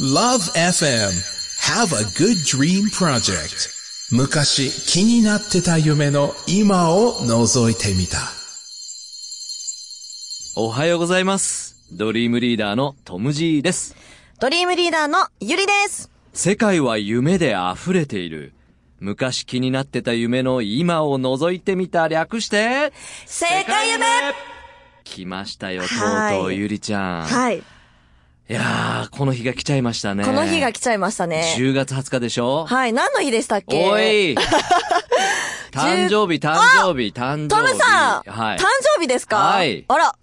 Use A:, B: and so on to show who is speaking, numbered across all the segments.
A: Love FM Have a Good Dream Project 昔気になってた夢の今を覗いてみた。
B: おはようございます。ドリームリーダーのトム・ジーです。
C: ドリームリーダーのゆりです。
B: 世界は夢で溢れている。昔気になってた夢の今を覗いてみた略して、
C: 正
B: 世
C: 解
B: 界
C: 夢
B: 来ましたよ、と
C: はいう
B: とうゆりちゃん。い。
C: はい。
B: やー、この日が来ちゃいましたね。
C: この日が来ちゃいましたね。
B: 10月20日でしょ
C: はい。何の日でしたっけ
B: お い誕生日、誕生日、誕生日。
C: トムさん、
B: はい。
C: 誕生日ですか
B: はい
C: あら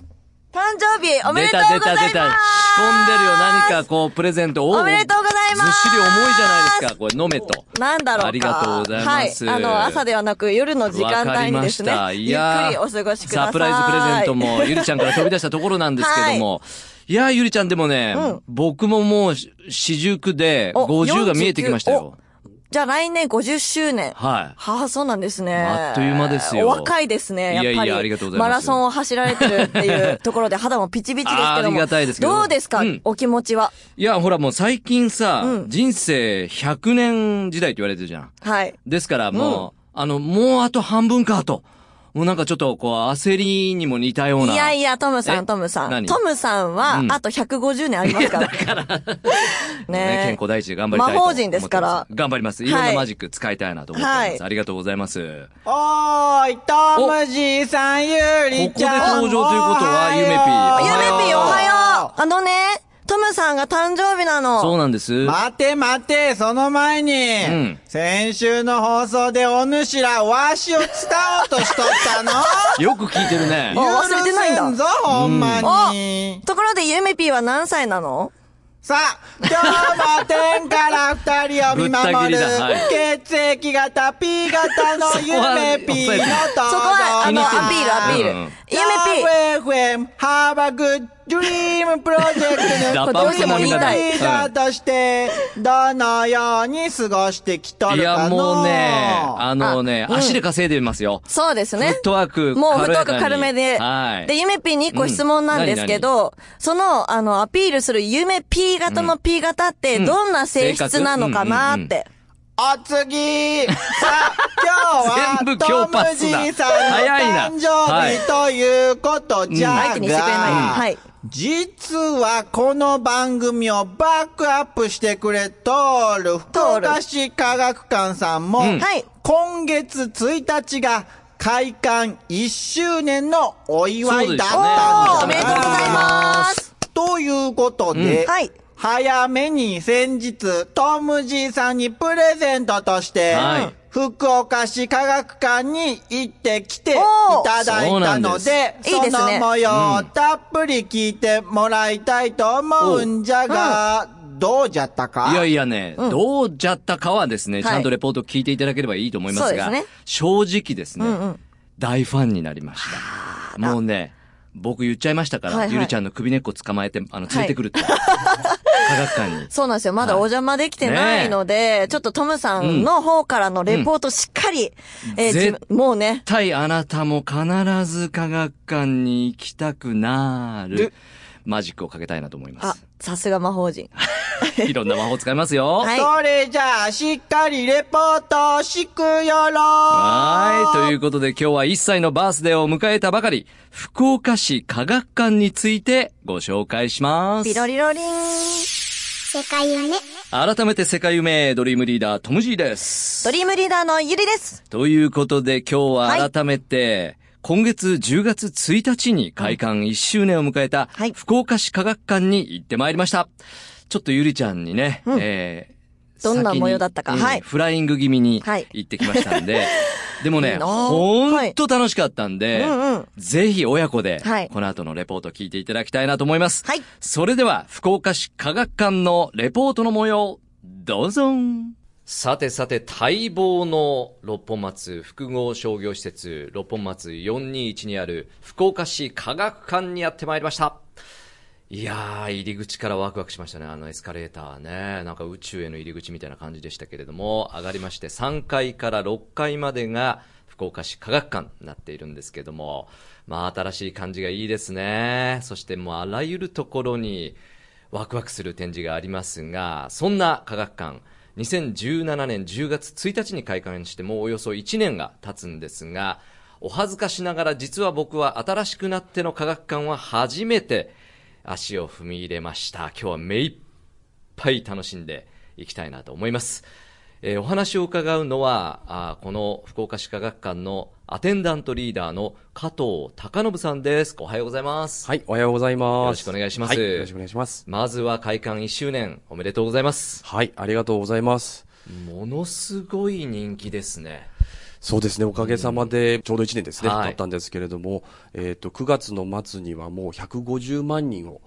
C: 誕生日おめでとうござ
B: 出た出
C: います
B: た出た。仕込んでるよ、何かこう、プレゼントを。
C: おめでとうございます
B: ずっしり重いじゃないですか、これ、飲めと。
C: なんだろうか。
B: ありがとうございます
C: はい。あの、朝ではなく夜の時間
B: わか
C: 帯
B: り
C: に
B: ま
C: で
B: し
C: すね
B: た。。い
C: ゆっ
B: や
C: くりお過ごしください。
B: サプライズプレゼント。も、ゆりちゃんから飛び出したところなんですけども。い、やー、ゆりちゃんでもね、
C: うん
B: 僕ももう、四十九で、
C: お
B: 50が見えてきましたよ。
C: じゃあ来年50周年。
B: はい。
C: はあ、そうなんですね。
B: あっという間ですよ
C: お若いですね、やっぱり。
B: いやいやありがとうございます
C: マラソンを走られてるっていうところで肌もピチピチですけども。
B: あーありがたいですけど
C: うですか、
B: うん
C: お気持ちは。
B: いや、ほらもう最近さ、
C: うん
B: 人生100年時代って言われてるじゃん。
C: はい。
B: ですからもう、あの、もうあと半分かと。もうなんかちょっと、こう、焦りにも似たよう
C: い
B: な。
C: やいや、トムさ
B: え
C: ん、トムさん。
B: 何
C: トムさんは、
B: うん
C: あと150年ありますから。だから。
B: ね
C: ね
B: 健康第一で頑張りたいと
C: 魔
B: 思
C: 法
B: ってます
C: 人ですから
B: 頑張ります。い
C: はい
B: ろんなマジック使いたいなと思っております。
C: はい
B: ありがとうございます。
D: おーい、トムジーさん、ゆりちゃ
B: こ
D: ん。
B: こで登場ということは
D: およ
B: ゆめぴー
C: ゆめぴー、おはよ
D: う
C: うあのね、トムさんが誕生日なの。
B: そうなんです。
D: 待て待て、その前に、
B: ん
D: 先週の放送でお主らわしを伝おうとしとったの
B: よく聞いてる ね。
C: あ 忘れてないんだ
D: 許せぞ、ほんまに。
C: ところで、ゆめぴーは何歳なの
D: さあ、今日も天から二人を見
B: ぶった切
D: 守
B: り
D: る、
B: だはい
D: 血液型 P 型のゆめぴーの登場
C: そこは、あの、ア
B: 気に
C: ピ
B: 入
C: ー
B: ってんだ
C: ル、アピール。
B: うんうん
C: ゆめぴー。
D: FM Have a Good Dream Project
B: ラ
D: の
B: パ
D: ド
B: ン
D: リ
B: ペ
D: ー
B: も
D: ム
B: 見
D: リ
B: た
D: ー
B: ない
D: ダーとして、どのように過ごしてきと
B: い
D: る
B: や、
D: かの
B: もうね、あのね、
C: あうん
B: 足で稼いでますよ。
C: そうですね。
B: フットワーク
C: もうフ
B: 軽
C: ットワ
B: や
C: ー
B: かに
C: ク軽めで。
B: はい
C: で、ゆめぴーに一個質問なんですけど、その、あの、アピールするゆめ P 型の P 型って、
B: ん
C: どんな性質なのかな
B: うん
C: って。
D: お次さ あ、
B: 全
D: 今
B: 部
D: 日
B: 今
D: は、
B: 日
D: ト
B: パス
D: ムジ
B: だ
D: ーさんの誕
B: 早
D: 生
B: いな
D: 日ということじ
C: 相
D: ゃ
C: 手にしてくれない
D: が、
C: はい
D: 実はこの番組をバックアップしてくれとる福岡市科学館さんも、
B: うん
C: はい
D: 今月1日が開館1周年のお祝いだった
C: お
D: ん
C: め
D: だ
C: でとうございます。
D: ということで、
C: うんはい
D: 早めに先日、トムジーさんにプレゼントとして、
B: はい
D: 福岡市科学館に行ってきていただい
C: おー
D: たので、
C: そうなんですいいですね
D: の模様をたっぷり聞いてもらいたいと思うんじゃが、どうじゃったか
B: いやいやね、どうじゃったかはですね、ち
C: はい
B: ゃんとレポート聞いていただければいいと思います
C: そ
B: が、
C: うですね
B: 正直ですね、
C: うんうん
B: 大ファンになりました。もうね、僕言っちゃいましたから、
C: はいはい
B: ゆりちゃんの首根っこ捕まえて、あの、連れてくる って。科学館に。
C: そうなんですよ。まだお邪魔できてないので、ちょっとトムさんの方からのレポートしっかり、えー
B: ぜ
C: 自分もうね、
B: 絶対あなたも必ず科学館に行きたくなる。マジックをかけたいなと思いま
C: あ
B: す。、
C: さすが魔法人。
B: いろんな魔法使いますよ。
C: はい
D: それじゃあ、しっかりレポートをしくよろ
B: はい。ということで今日は1歳のバースデーを迎えたばかり、福岡市科学館についてご紹介します。
C: ピロリロリン。
E: 世界夢。
B: 改めて世界夢、ドリームリーダー、トム・ジーです。
C: ドリームリーダーのゆりです。
B: ということで今日は改めて、今月10月1日に開館1周年を迎えた
C: はい、
B: 福岡市科学館に行ってまいりました。ちょっとゆりちゃんにね、えー
C: どんな
B: 先に
C: 模様だったか
B: うん
C: はい
B: フライング気味に
C: はい
B: 行ってきましたん で、でも
C: い
B: ね、
C: いなあ
B: ほんと楽しかったんで、
C: うんうん
B: ぜひ親子で
C: はい、
B: この後のレポート聞いていただきたいなと思います。
C: はい
B: それでは、福岡市科学館のレポートの模様、どうぞさてさて、待望の六本松複合商業施設、六本松421にある福岡市科学館にやってまいりました。いやー、入り口からワクワクしましたね。あのエスカレーターね。なんか宇宙への入り口みたいな感じでしたけれども、上がりまして3階から6階までが福岡市科学館になっているんですけども、まあ新しい感じがいいですね。そしてもうあらゆるところにワクワクする展示がありますが、そんな科学館、2017年10月1日に開館してもうおよそ1年が経つんですが、お恥ずかしながら実は僕は新しくなっての科学館は初めて足を踏み入れました。今日は目いっぱい楽しんでいきたいなと思います。えーお話を伺うのはあー、この福岡市科学館のアテンダントリーダーの加藤隆信さんです。おはようございます。
F: はい、おはようございます。
B: よろしくお願いします
F: はよろしくお願いします。
B: まずは開館1周年おめでとうございます。
F: はい、ありがとうございます。
B: ものすごい人気ですね。
F: そうですね、おかげさまで、ちょうど1年ですね、
B: はい
F: 経ったんですけれども、えっ、と、9月の末にはもう150万 人を、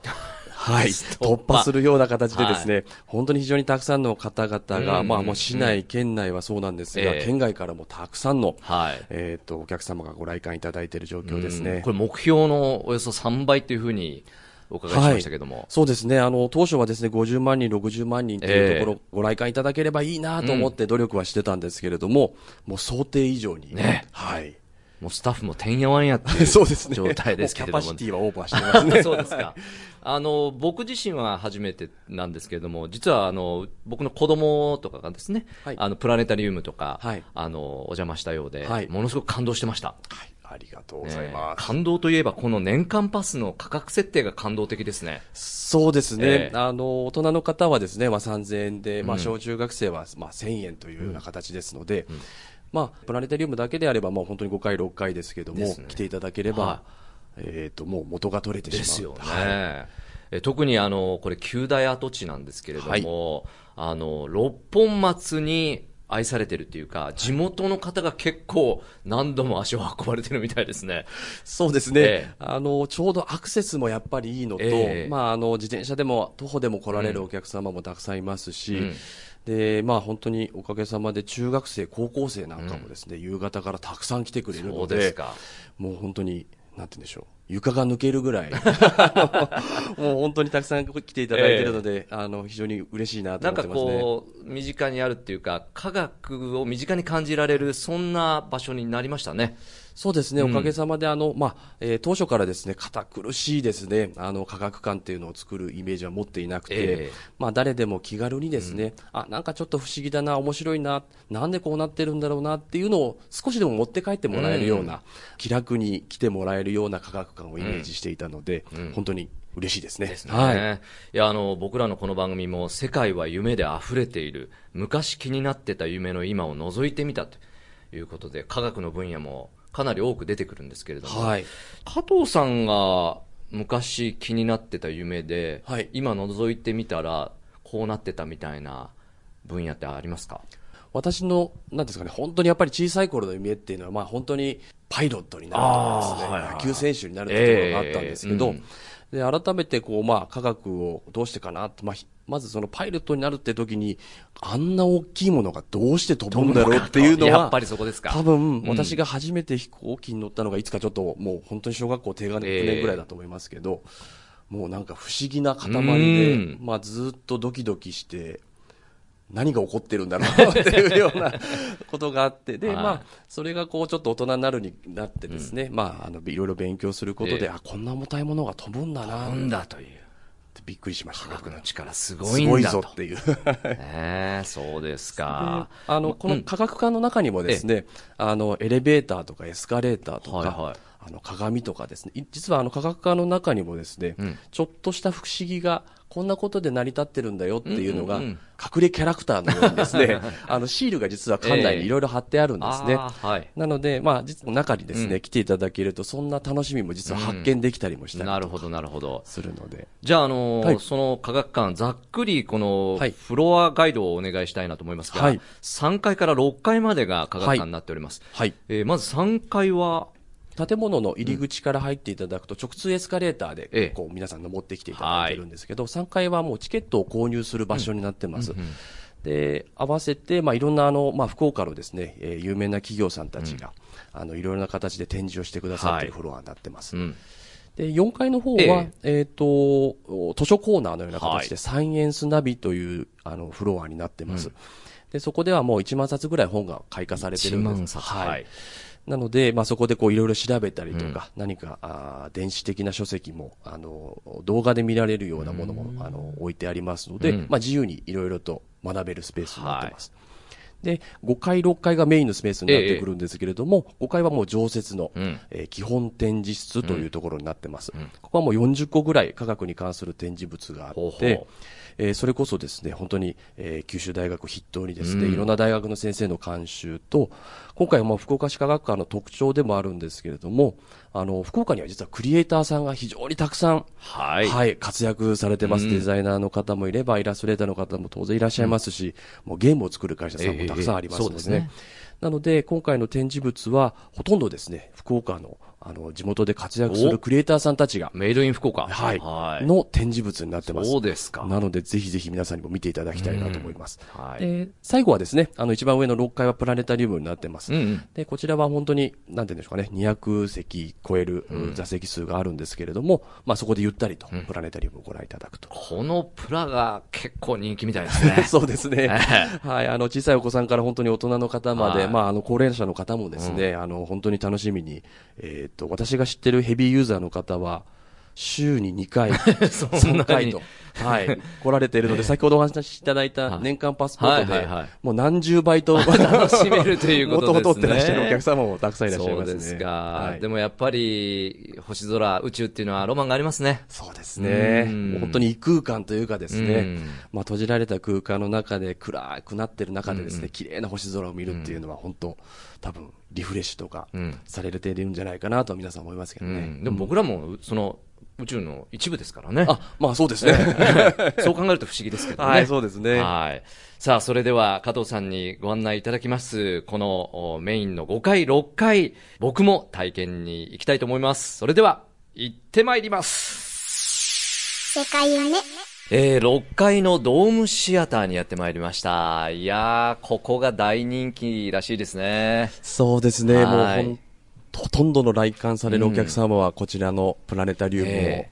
F: はい、
B: 突破
F: 突破するような形でですね、本当に非常にたくさんの方々が、
B: うん
F: まあもう市内、県内はそうなんですが、
B: ええ
F: 県外からもたくさんの、
B: はい
F: えっ、と、お客様がご来館いただいている状況ですね。
B: これ目標のおよそ3倍というふうにお伺いしましたけども。
F: はい、そうですねあの当初はですね50万人、60万人というところ、ご来館いただければいいなと思って努力はしてたんですけれども、もう想定以上に、
B: ね
F: はい、
B: もうスタッフもてんやわんやっていう
F: そうですね、
B: 状態ですけれども。。
F: もうキャパシティはオーバーしてます ね
B: そうですか。あの、僕自身は初めてなんですけれども、実はあの、僕の子供とかがですね、
F: はい
B: あの、プラネタリウムとか、
F: はい
B: あの、お邪魔したようで、
F: はい
B: ものすごく感動してました。
F: はいありがとうござい
B: ね
F: ます。
B: 感動といえば、この年間パスの価格設定が感動的ですね。
F: そうですね
B: え、え
F: あの大人の方はですね、まあ、3000円で、ま
B: う
F: あ、
B: ん
F: 小中学生は、まあ、1000円というような形ですので、まあ、プラネタリウムだけであれば、まあ、本当に5回、6回ですけども、
B: ですね
F: 来ていただければ、
B: は
F: えー、ともう元が取れてしまう
B: ですよね。
F: はい
B: え特にあの、これ旧大跡地なんですけれども、あの、六本松に愛されてるっていうか、地元の方が結構何度も足を運ばれてるみたいですね。
F: そうですね、
B: ええ
F: あのちょうどアクセスもやっぱりいいのと、
B: ええ
F: まあ、あの自転車でも徒歩でも来られるお客様もたくさんいますし、
B: うん
F: でまあ、本当におかげさまで中学生、高校生なんかもですね、夕方からたくさん来てくれる
B: そ
F: の
B: うです
F: で、
B: か。
F: もう本当に、なんて言うんでしょう。床が抜ける ぐらい、もう本当にたくさん来ていただいているので、あの非常に嬉しいなと
B: なん
F: 思っ
B: か
F: てますね。
B: こう、身近にあるっていうか、科学を身近に感じられる、そんな場所になりましたね。
F: そうですね、
B: うん
F: おかげさまで、あの、まあ、えー当初からですね、堅苦しいですね、あの、科学館っていうのを作るイメージは持っていなくて、
B: ええ
F: まあ、誰でも気軽にですね、あ、なんかちょっと不思議だな、面白いな、なんでこうなってるんだろうなっていうのを少しでも持って帰ってもらえるような、気楽に来てもらえるような科学館をイメージしていたので、本当に嬉しいですね。
B: ですね。
F: はい。
B: い。や、あの、僕らのこの番組も、世界は夢で溢れている。昔気になってた夢の今を覗いてみたということで、科学の分野もかなり多く出てくるんですけれども、
F: はい。
B: 加藤さんが昔気になってた夢で、
F: はい
B: 今覗いてみたら、こうなってたみたいな分野ってありますか
F: 私の、なんですかね、本当にやっぱり小さい頃の夢っていうのは、まあ本当にパイロットになるとかで
B: あー
F: すね、
B: はいはい
F: 野球選手になるっていうのがあったんですけ
B: ええ
F: ど
B: うん、
F: で、改めてこう、まあ科学をどうしてかなって、まあひまずそのパイロットになるって時に、あんな大きいものがどうして飛ぶんだろうっていうのは、
B: やっぱりそこですか
F: 多分、
B: うん
F: 私が初めて飛行機に乗ったのが、いつかちょっともう本当に小学校低学年ぐらいだと思いますけど、もうなんか不思議な塊
B: う
F: で
B: ん、
F: まあずっとドキドキして、何が起こってるんだろうっていうようなことがあって、で、
B: はい
F: まあ、それがこう、ちょっと大人になるになってですね、まあ、あの、いろいろ勉強すること
B: え
F: で、
B: え
F: あ、こんな重たいものが飛ぶんだな、
B: なんだという。
F: ってびっくりしました
B: 科
F: ね。
B: 学の力すごい
F: すご
B: ん
F: い
B: だと。
F: ぞっていう。
B: ねえそうです
F: あ
B: か。
F: の、この科学館の中にもですね、あの、エレベーターとかエスカレーターとか、
B: はいはい
F: あの、鏡とかですね、い実はあの科学館の中にもですね、
B: うん
F: ちょっとした不思議が、こんなことで成り立ってるんだよっていうのが、
B: うんうんうん
F: 隠れキャラクターのようにです ね、あの、シールが実は館内にいろいろ貼ってあるんですね。
B: あーはい。
F: なので、まあ、実は中にですね、
B: うん
F: 来ていただけると、そんな楽しみも実は発見できたりもした
B: な
F: り
B: るほど、なるほど。
F: するので。
B: じゃあ、あのー
F: はい
B: その科学館、ざっくりこの
F: はい
B: フロアガイドをお願いしたいなと思いますが、
F: はい
B: 3階から6階までが科学館になっております。
F: はい。
B: えーまず3階は、
F: 建物の入り口から入っていただくと、直通エスカレーター
B: ええ
F: で、こう、皆さん登ってきていただいてるんですけど、3階はもうチケットを購入する場所になってます。で、合わせて、まあ、いろんな、あの、まあ、福岡のですね、えー有名な企業さんたちが、あの、いろいろな形で展示をしてくださっている
B: は
F: フロアになってます。
B: うん、
F: で、4階の方は、
B: え
F: えっ、と、お図書コーナーのような形で、サイエンスナビという、あの、フロアになってます。で、そこではもう1万冊ぐらい本が開花されてる
B: 1
F: んです。
B: 万冊。
F: はい。なので、まあ、そこでこういろいろ調べたりとか、何かあー電子的な書籍もあの動画で見られるようなものも、あの置いてありますので、まあ、自由にいろいろと学べるスペースになってます。で、5階、6階がメインのスペースになってくるんですけれども、5階はもう常設の、
B: ん
F: えー基本展示室というところになってます。ここはもう40個ぐらい科学に関する展示物があって、
B: ほうほう
F: えーそれこそですね、本当に、えー九州大学筆頭にですね、いろんな大学の先生の監修と、今回はまあ福岡市科学館の特徴でもあるんですけれども、あの、福岡には実はクリエイターさんが非常にたくさん、
B: はい
F: 活躍されてます。デザイナーの方もいれば、イラストレーターの方も当然いらっしゃいますし、もうゲームを作る会社さんもたくさんありますの
B: ええええそう
F: でね。
B: ですね
F: なので、今回の展示物は、ほとんどですね、福岡の、あの、地元で活躍す
B: お
F: るクリエイターさんたちが、
B: メイドイン福岡。
F: はい、
B: はい。
F: の展示物になってます。
B: そうですか
F: なので、ぜひぜひ皆さんにも見ていただきたいなと思います。
B: うんはい
F: で、最後はですね、あの、一番上の6階はプラネタリウムになってます。
B: うんうん
F: で、こちらは本当に、なんて言うんでしょうかね、200席超える座席数があるんですけれども、まあそこでゆったりとプラネタリウムをご覧いただくと。。
B: このプラが結構人気みたいですね
F: そうですね。はい。あの、小さいお子さんから本当に大人の方ま
B: は
F: で、
B: い
F: まあ、あの、高齢者の方もですね、あの、本当に楽しみに、えーっと、私が知ってるヘビーユーザーの方は、週に2回、3回と、はい、来られているので、先ほどお話しいただいた年間パスポート
B: はい
F: で
B: はいはい、
F: もう何十倍と、
B: 楽しめるということですね
F: 元を取ってらっしゃるお客様もたくさんいらっしゃい
B: そ
F: ま
B: う
F: す
B: で
F: ね。
B: すか、
F: はい
B: でもやっぱり、星空、宇宙っていうのはロマンがありますね。
F: そうですね。
B: うん
F: もう本当に異空間というかですね、
B: うん
F: まあ閉じられた空間の中で暗くなってる中でですね、綺麗な星空を見るっていうのは本当、多分リフレッシュとか
B: ん
F: されているんじゃないかなと皆さん思いますけど
B: う
F: ね。
B: ん。でも僕らも、その、宇宙の一部ですからね。
F: あ、まあそ うですね。
B: そう考えると不思議ですけどね。
F: はいそうですね
B: はい。さあ、それでは加藤さんにご案内いただきます。このおメインの5回、6回、僕も体験に行きたいと思います。それでは、行ってまいります。
E: 世界をね
B: えー、6階のドームシアターにやってまいりました。いやー、ここが大人気らしいですね。
F: そうですね、もう
B: は
F: ほ
B: い
F: んほとんどの来館されるお客様はこちらのプラネタリウムを
B: え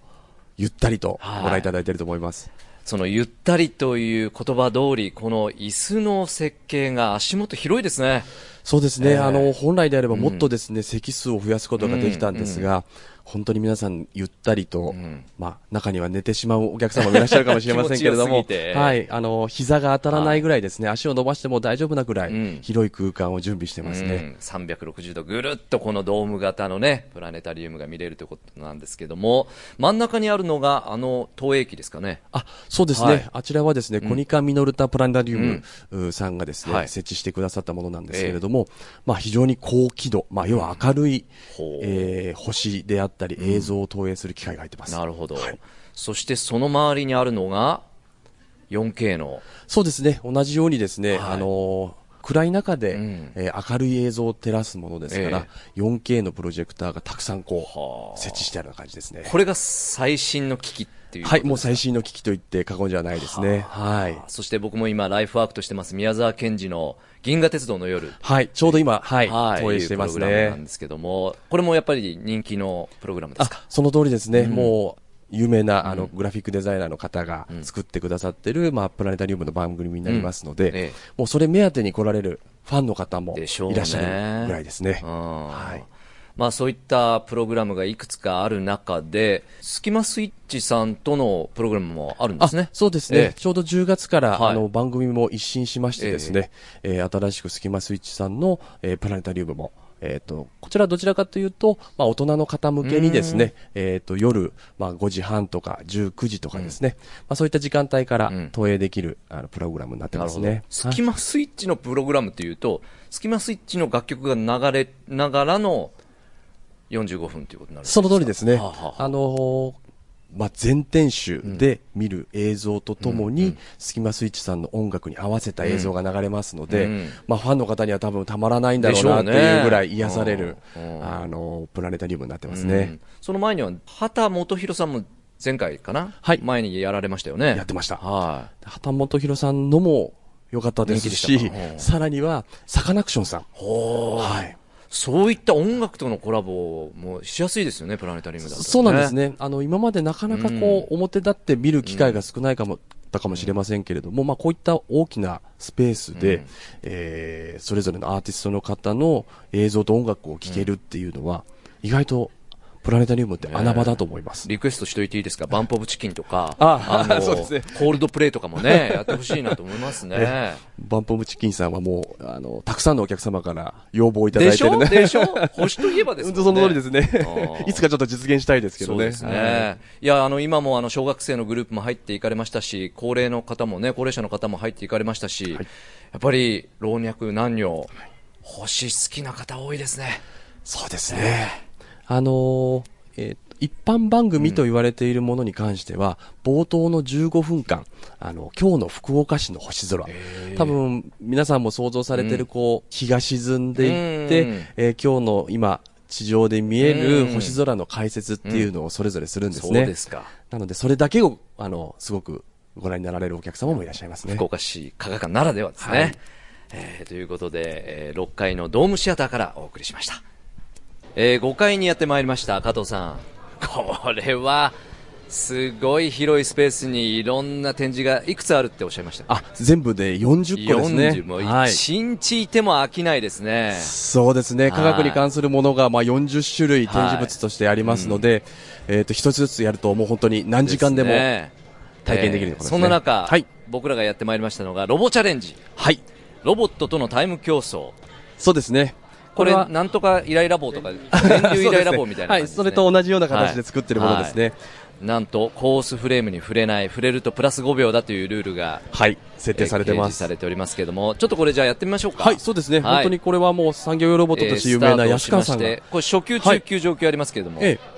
F: ゆったりとご覧いただいていると思います。
B: その、ゆったりという言葉通り、この椅子の設計が足元広いですね。
F: そうですね、
B: ええ
F: あの本来であればもっとですね、席数を増やすことができたんですが、本当に皆さんゆったりと、まあ中には寝てしまうお客様もいらっしゃるかもしれませんけれど
B: 気持
F: も
B: ちよすぎて、
F: はい、あの膝が当たらないぐらいですね、足を伸ばしても大丈夫なぐらい、
B: うん
F: 広い空間を準備してますね。
B: うん、360度ぐるっとこのドーム型のね、プラネタリウムが見れるということなんですけども、真ん中にあるのが、あの、投影機ですかね。
F: あ、そうですね。
B: はい
F: あちらはですね、コニカミノルタプラネタリウムうーさんがですね、
B: はい
F: 設置してくださったものなんですけれども、まあ非常に高輝度、まあ要は明るい、
B: ほう
F: えー星であったり映像を投影する機械が入ってます。
B: なるほど。
F: はい
B: そしてその周りにあるのが、4K の、
F: そうですね、同じようにです
B: は
F: ね、
B: い
F: あのー暗い中で、
B: ん
F: えー明るい映像を照らすものですから
B: え、
F: 4K のプロジェクターがたくさんこ
B: はあ
F: う、設置してあるような感じですね。
B: これが最新の機器っていうこと
F: は
B: で
F: い、もう最新の機器と言って過言じゃないですね。はい。
B: そして僕も今、ライフワークとしてます、宮沢賢治の銀河鉄道の夜。
F: はい、ちょうど今、はい、
B: はい
F: 投影してます
B: いうプログラムな
F: ね
B: ん。ですけども、これもやっぱり人気のプログラムですか
F: あ、その通りですね。もう、有名な、あの、グラフィックデザイナーの方が作ってくださってる、まあ、プラネタリウムの番組になりますので、
B: うんええ
F: もうそれ目当てに来られるファンの方も
B: でしょうね
F: いらっしゃるぐらいですね。
B: うん
F: はい。
B: まあそういったプログラムがいくつかある中で、スキマスイッチさんとのプログラムもあるんですね。
F: そうですね、
B: ええ
F: ちょうど10月から、
B: はい
F: あの番組も一新しましてですね、えー新しくスキマスイッチさんの、えープラネタリウムも、えー、とこちらどちらかというと、まあ、大人の方向けにですね、えー、と夜、まあ、5時半とか19時とかですね、まあ、そういった時間帯から投影できる、あのプログラムになってますね。
B: ス
F: はい
B: キマスイッチのプログラムっていうと、スキマスイッチの楽曲が流れながらの45分ということになるんです
F: そ
B: か
F: の通りですね。
B: はあはあ
F: あのーまあ、全編集で見る映像とともに、スキマスイッチさんの音楽に合わせた映像が流れますので、
B: うん
F: まあ、ファンの方には多分たまらないんだろうなって
B: でしょうね
F: いうぐらい癒される、
B: うんうん
F: あのープラネタリウムになってます
B: う
F: ね。
B: んその前には、畑元博さんも前回かな
F: はい
B: 前にやられましたよね。
F: やってました
B: はい。
F: 畑本博さんのも良かったで
B: 人
F: す
B: 気
F: し
B: でしたかうん、
F: さらには、サカナクションさん。はい。
B: そういった音楽とのコラボもしやすいですよね、プラネタリウムだと、
F: そうなんです。ね。あの、今までなかなかこう、表立って見る機会が少ないかも、ったかもしれませんけれども、まあ、こういった大きなスペースで、えーそれぞれのアーティストの方の映像と音楽を聴けるっていうのは、意外とプラネタリウムって穴場だと思います。
B: リクエストしといていいですかバンポブチキンとか、
F: あ
B: の、
F: そうですね
B: コールドプレイとかもね、 やってほしいなと思いますね。
F: バンポムチキンさんはもう、あの、たくさんのお客様から要望をいただ
B: で
F: い
B: して
F: る
B: ょ
F: ね。
B: でしょ星といえばです
F: う
B: も
F: ん
B: ん
F: と
B: ね。
F: その通りです
B: あ
F: ね。
B: ー
F: いつかちょっと実現したいですけど
B: そう
F: ね。
B: ですね。いや、あの、今もあの、小学生のグループも入っていかれましたし、高齢の方もね、高齢者の方も入っていかれましたし、やっぱり、老若男女、星好きな方多いですね。
F: そうですね。あのーえー一般番組と言われているものに関しては、冒頭の15分間、あの、今日の福岡市の星空。多分、皆さんも想像されてる、こう、日が沈んでいって、
B: うん
F: えー今日の今、地上で見え
B: う
F: る
B: ん
F: 星空の解説っていうのをそれぞれするんです
B: そう
F: ね。
B: ですか。
F: なので、それだけを、あの、すごくご覧になられるお客様もいらっしゃいますね
B: 福。岡市科学館ならではですね。
F: はい
B: えーということで、え6階のドームシアターからお送りしました。え5階にやってまいりました、加藤さん。これは、すごい広いスペースにいろんな展示がいくつあるっておっしゃいました。
F: あ、全部で40個ですね。
B: 40も
F: はい
B: 一日いても飽きないですね。
F: そうですね。
B: い
F: 科学に関するものが、まあ、40種類展示物としてありますので、えっ、と、一つずつやると、もう本当に何時間でも。
B: ね
F: 体験できるということですね
B: そんな中、
F: はい
B: 僕らがやってまいりましたのがロボチャレンジ。
F: はい。
B: ロボットとのタイム競争。
F: そうですね。
B: これ、
F: は
B: なんとか依頼ラボとか、 電流依頼ラボみたいな感じです、ね。
F: そうですねはいそれと同じような形で作ってるものですね
B: はいなんと、コースフレームに触れない、触れるとプラス5秒だというルールが、
F: はい。設定されて
B: え
F: ま
B: ー掲示
F: す。
B: されておりますけども、ちょっとこれじゃあやってみましょうか。
F: はい、そうですね、
B: はい
F: 本当にこれはもう産業用ロボットとして有名な安川さん
B: え
F: が。
B: ースタートをしましてこれ初級、中級、上級ありますけれども、
F: ええ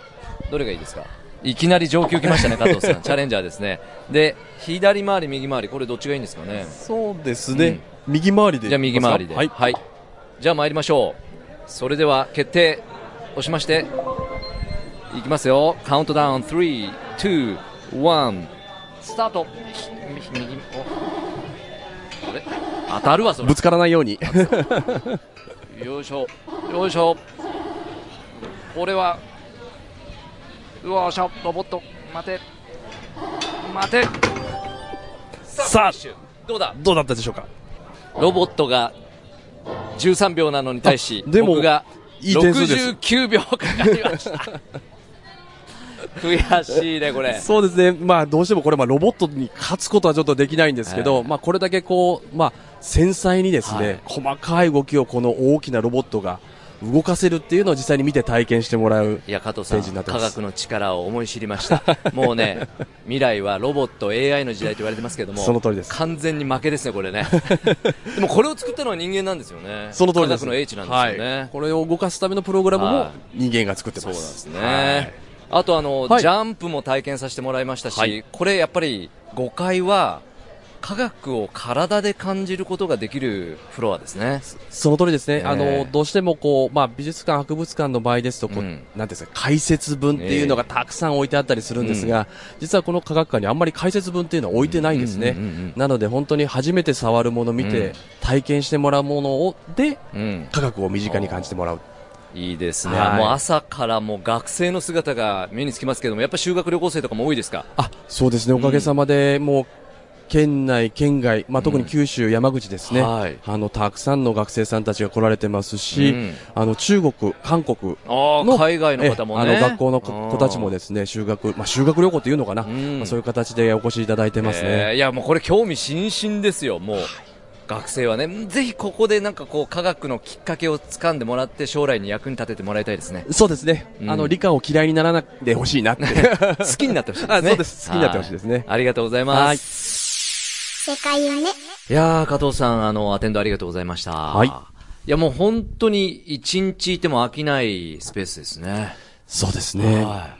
B: どれがいいですかいきなり上級来ましたね、加藤 さん。チャレンジャーですね。で、左回り、右回り、これどっちがいいんですかね。
F: そうですね。右回りで。
B: じゃあ右回りで。
F: はい。
B: じゃあ参りましょう。それでは決定押しまして、いきますよ。カウントダウン、3、2、1、スタート。ひ右、おあれ当たるわ、それ
F: ぶ。つからないように。
B: よいしょよいしょこれはよいしょロボット待て待てさあどうだ
F: どうだったでしょうか
B: ロボットが13秒なのに対し
F: あでも
B: 僕が
F: いい点数です
B: 69秒かかりました 悔しいねこれ
F: そうですね、まあ、どうしてもこれ、まあ、ロボットに勝つことはちょっとできないんですけど、
B: ええ
F: まあ、これだけこう、まあ、繊細にですね、
B: はい
F: 細かい動きをこの大きなロボットが動かせるっていうのを実際に見て体験してもらう。
B: いや加藤さん
F: ページになって
B: 科
F: ます
B: 学の力を思い知りましたもうね未来はロボット AI の時代と言われてますけども
F: その通りです
B: 完全に負けですねこれ ねでもこれを作ったのは人間なんですよね
F: その通りです。
B: 科学の英知なんですよね、
F: はいこれを動かすためのプログラムも
B: は
F: 人間が作って
B: そう
F: ま。
B: なんですすね、あとあの、
F: はい
B: ジャンプも体験させてもらいましたし、
F: はい
B: これやっぱり5階は科学を体で感じることができるフロアですね
F: その通りですね。
B: え
F: あの、どうしてもこう、まあ、美術館、博物館の場合ですと、こう、
B: うん
F: なんていうんですか、解説文っていうのがたくさん置いてあったりするんですが、実はこの科学館にあんまり解説文っていうのは置いてないんですね。
B: うんうんうんうん
F: なので、本当に初めて触るもの、見て、
B: うん
F: 体験してもらうものを、で、
B: うん
F: 科学を身近に感じてもらう。
B: いいですね、
F: はい
B: もう朝からもう学生の姿が目につきますけどもやっぱ修学旅行生とかも多いですか
F: あ、そうですね。おかげさまで、もう、県内、県外、まあ、特に九州、山口ですね、
B: はい
F: あの、たくさんの学生さんたちが来られてますし、
B: うん
F: あの、中国、韓国、
B: ああ、海外の方もね。
F: ええあの学校の子子たちもですね、修学、まあ、修学旅行というのかな、
B: ん
F: まあそういう形でお越しいただいてます
B: えー
F: ね。。
B: いや、もうこれ興味津々ですよ、もう。学生はね、ぜひここでなんかこう、科学のきっかけを掴んでもらって、将来に役に立ててもらいたいですね
F: そうですね、
B: うん
F: あの、理科を嫌いにならないでほしい なって。
B: 好きになってほしいですね。
F: あそうです好きになってほしいですね
B: はありがとうございます。
E: 世界をね
B: いやー、加藤さん、あの、アテンドありがとうございました。
F: はい
B: いや、もう本当に一日いても飽きないスペースですね。
F: そうですね。
B: は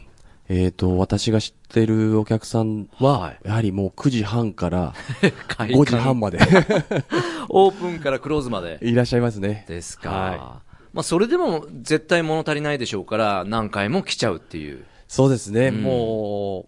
F: えっ、と、私が知ってるお客さんは、
B: はい
F: やはりもう9時半から
B: い開館
F: 5時半まで
B: オープンからクローズまで。
F: いらっしゃいますね。
B: ですか。
F: はい
B: まあ、それでも絶対物足りないでしょうから、何回も来ちゃうっていう。
F: そうですね、
B: ん
F: も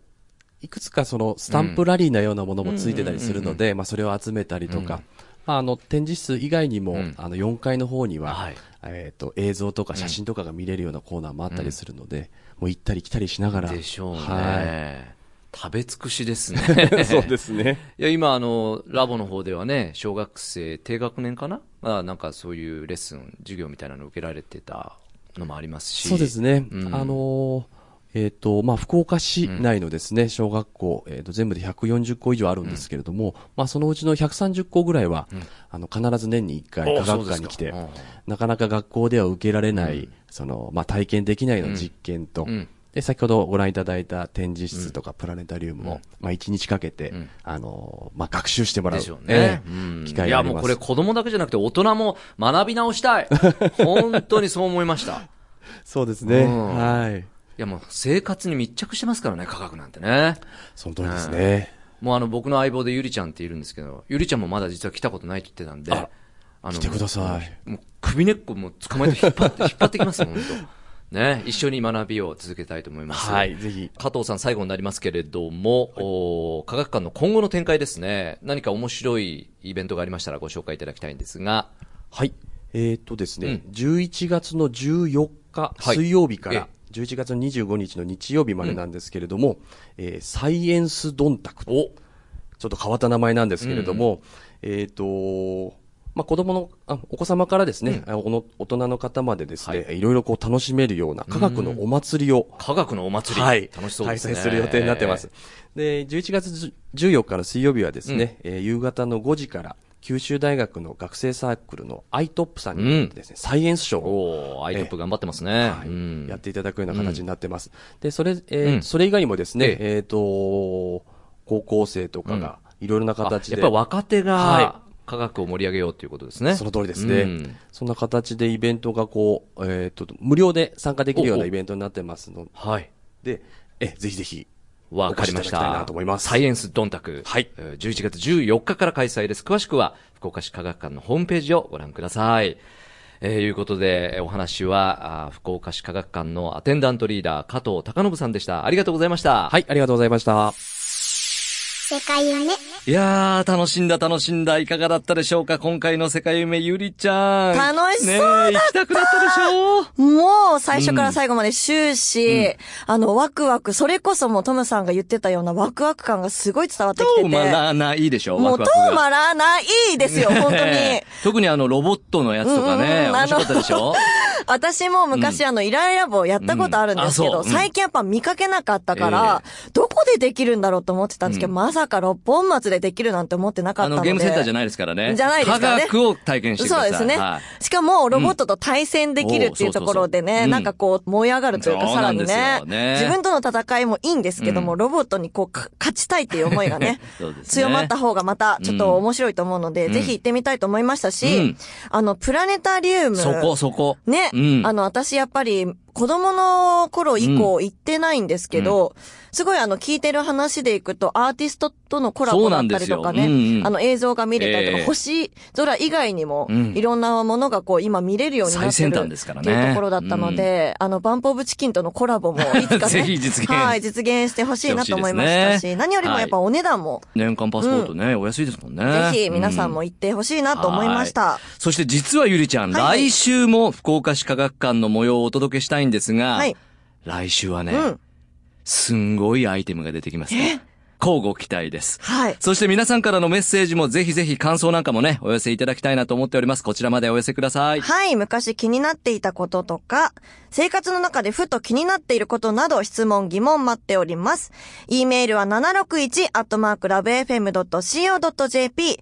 F: う、いくつかそのスタンプラリーなようなものもついてたりするので、まあそれを集めたりとか、まああの展示室以外にも、
B: ん
F: あの4階の方には、
B: はい
F: えっ、と、映像とか写真とかが見れるようなコーナーもあったりするので、もう行ったり来たりしながら。
B: でしょうね。
F: はい。。
B: 食べ尽くしですね
F: そうですね。
B: いや、今、あの、ラボの方ではね、小学生、低学年かなまあ、なんかそういうレッスン、授業みたいなの受けられてたのもありますし。
F: そうですね。
B: うん
F: あのーえっ、と、まあ、福岡市内のですね、小学校、えっ、と、全部で140校以上あるんですけれども、まあ、そのうちの130校ぐらいは、あの、必ず年に1回
B: お
F: 科学
B: そうです
F: 館
B: か
F: に来て
B: うん、
F: なかなか学校では受けられない、その、まあ、体験できないの実験と、
B: うん
F: で、先ほどご覧いただいた展示室とかプラネタリウムを、まあ、1日かけて、
B: ん
F: あのー、まあ、学習してもらう。
B: でしょうね。
F: ええ
B: うん
F: 機会
B: い
F: が
B: や、
F: あり
B: もう
F: ま
B: こ
F: す。
B: れ子供だけじゃなくて大人も学び直した い。本当にそう思いました。い
F: そうですね。
B: うん
F: はい。
B: や、もう生活に密着してますからね、科学なんてね。
F: その通りですね。
B: もうあの、僕の相棒でゆりちゃんっているんですけど、ゆりちゃんもまだ実は来たことないって言ってたんで、
F: あ
B: あの
F: 来てください。
B: もう首根っこもう捕まえて引っ張って、引っ張ってきますよ、本当。ね、一緒に学びを続けたいと思います。
F: はい、ぜひ。
B: 加藤さん最後になりますけれども、おー科学館の今後の展開ですね、何か面白いイベントがありましたらご紹介いただきたいんですが、
F: はい。えーっとですね、
B: う
F: 11月の14日、
B: はい
F: 水曜日か
B: え
F: ら、11月の25日の日曜日までなんですけれども、えーサイエンスドンタク
B: お
F: ちょっと変わった名前なんですけれども、えっ、と、まあ、子供の、あお子様からですね、あおの大人の方までですね、い、ろいろこう楽しめるような科学のお祭りを、
B: 科学のお祭り、
F: はい、
B: 楽しそうですね。
F: 開催する予定になってます。で、11月14日の水曜日はですね、えー夕方の5時から、九州大学の学生サークルの iTOP さんにですね、サイエンスショーを
B: おー、アイトップ頑張ってますね。
F: はい
B: うん
F: やっていただくような形になってます。で、それ、えー
B: うん
F: それ以外にもですね、
B: え
F: えっ、と、高校生とかが、いろいろな形で、
B: あやっぱり若手が
F: は
B: 科学を盛り上げようということですね。
F: その通りですね。
B: うん
F: そんな形でイベントがこう、えっ、と、無料で参加できるよう
B: お
F: な
B: お
F: イベントになってますの
B: はい。
F: で、え、ぜひぜひ、
B: わかりまし
F: お越しいただきたい
B: た。
F: なと思います
B: サイエンスドンタク。
F: はい
B: えー11月14日から開催です。詳しくは、福岡市科学館のホームページをご覧ください。えーいうことで、えーお話は、あー福岡市科学館のアテンダントリーダー、加藤隆信さんでした。ありがとうございました。
F: はい、ありがとうございました。
E: 世界をね
B: いやー、楽しんだ楽しんだ。いかがだったでしょうか今回の世界夢、ゆりちゃん。
C: 楽しそうだっ
B: ね
C: た
B: え行きたくなったでしょう
C: もう最初から最後まで終始、あの、ワクワク、それこそもうトムさんが言ってたようなワクワク感がすごい伝わってきて
B: 止
C: て。
B: まらないでしょ
C: も
B: ワ
C: う
B: ク
C: 止
B: ワクが
C: まらないですよ、本当に。
B: 特にあの、ロボットのやつとか
C: うんうん
B: ね、
C: うん
B: 面白かったでしょ
C: 私も昔、あの、イライラ棒やったことあるんですけ
B: うんあ
C: ど、
B: そううん
C: 最近やっぱ見かけなかったから、どこでできるんだろうと思ってたんですけど、まさか六本松でできるなんて思ってなかっ
B: あ
C: たので。
B: の、ゲームセンターじゃ
C: ない
B: ないですからね。
C: じゃないですからね
B: 科学を体験してくだ
C: そ
B: さ
C: う
B: い。
C: ですね、
B: は
C: しかも、ロボットと対戦できるっていうところで
B: うんそうそうそう
C: ね、
B: うん
C: なんかこう、燃え上がるというか、
B: そうな
C: さら
B: ん
C: に
B: です
C: ね
B: よね
C: 自分との戦いもいいんですけども、
B: うん
C: ロボットにこう、か勝ちたいっていう思いがね
B: そうですね
C: 強まった方がまた、ちょっと面白いと思うので、
B: うん
C: ぜひ行ってみたいと思いましたし、
B: うん
C: あの、プラネタリウム。
B: い。そこ、そこ。
C: ね、
B: うん
C: あの、私やっぱり、子供の頃以降行ってないんですけど、すごいあの、聞いてる話でいくと、アーティストとのコラボだったりとかね、
B: そうなんですようんうん
C: あの、映像が見れたりとか、
B: ええ
C: 星空以外にも、
B: うん
C: いろんなものがこう、今見れるようになって
B: 最
C: る
B: 先端ですからね
C: っていうところだったので、あの、バンポブチキンとのコラボも、いつかね、
B: ぜひ実現
C: はい、実現してほしいなと思いました
B: してほしい
C: し、
B: ですね
C: 何よりもやっぱお値段も、
B: 年間パスポートね、お安いですもんね。
C: ぜひ皆さんも行ってほしいなと思いまし
B: は
C: た。
B: そして実はゆりちゃん、
C: はいはい
B: 来週も福岡市科学館の模様をお届けしたいんですが、
C: はい
B: 来週はね、
C: うん
B: すんごいアイテムが出てきますね。交互期待です。
C: はい。
B: そして皆さんからのメッセージもぜひぜひ感想なんかもね、お寄せいただきたいなと思っております。こちらまでお寄せください。
C: はい、昔気になっていたこととか、生活の中でふと気になっていることなど質問疑問待っております。e メールは 761-lovefm.co.jp、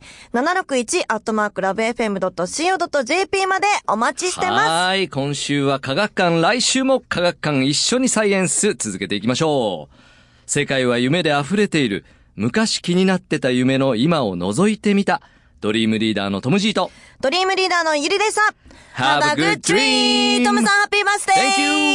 C: 761-lovefm.co.jp までお待ちしてま
B: はーい。今週は科学館、来週も科学館一緒にサイエンス続けていきましょう。世界は夢で溢れている。昔気になってた夢の今を覗いてみた。ドリームリーダーのトム・ジート。
C: す。ドリームリーダーのゆりでした。
B: Have a good dream.
C: トムさんハッピーバースデー
B: Thank you.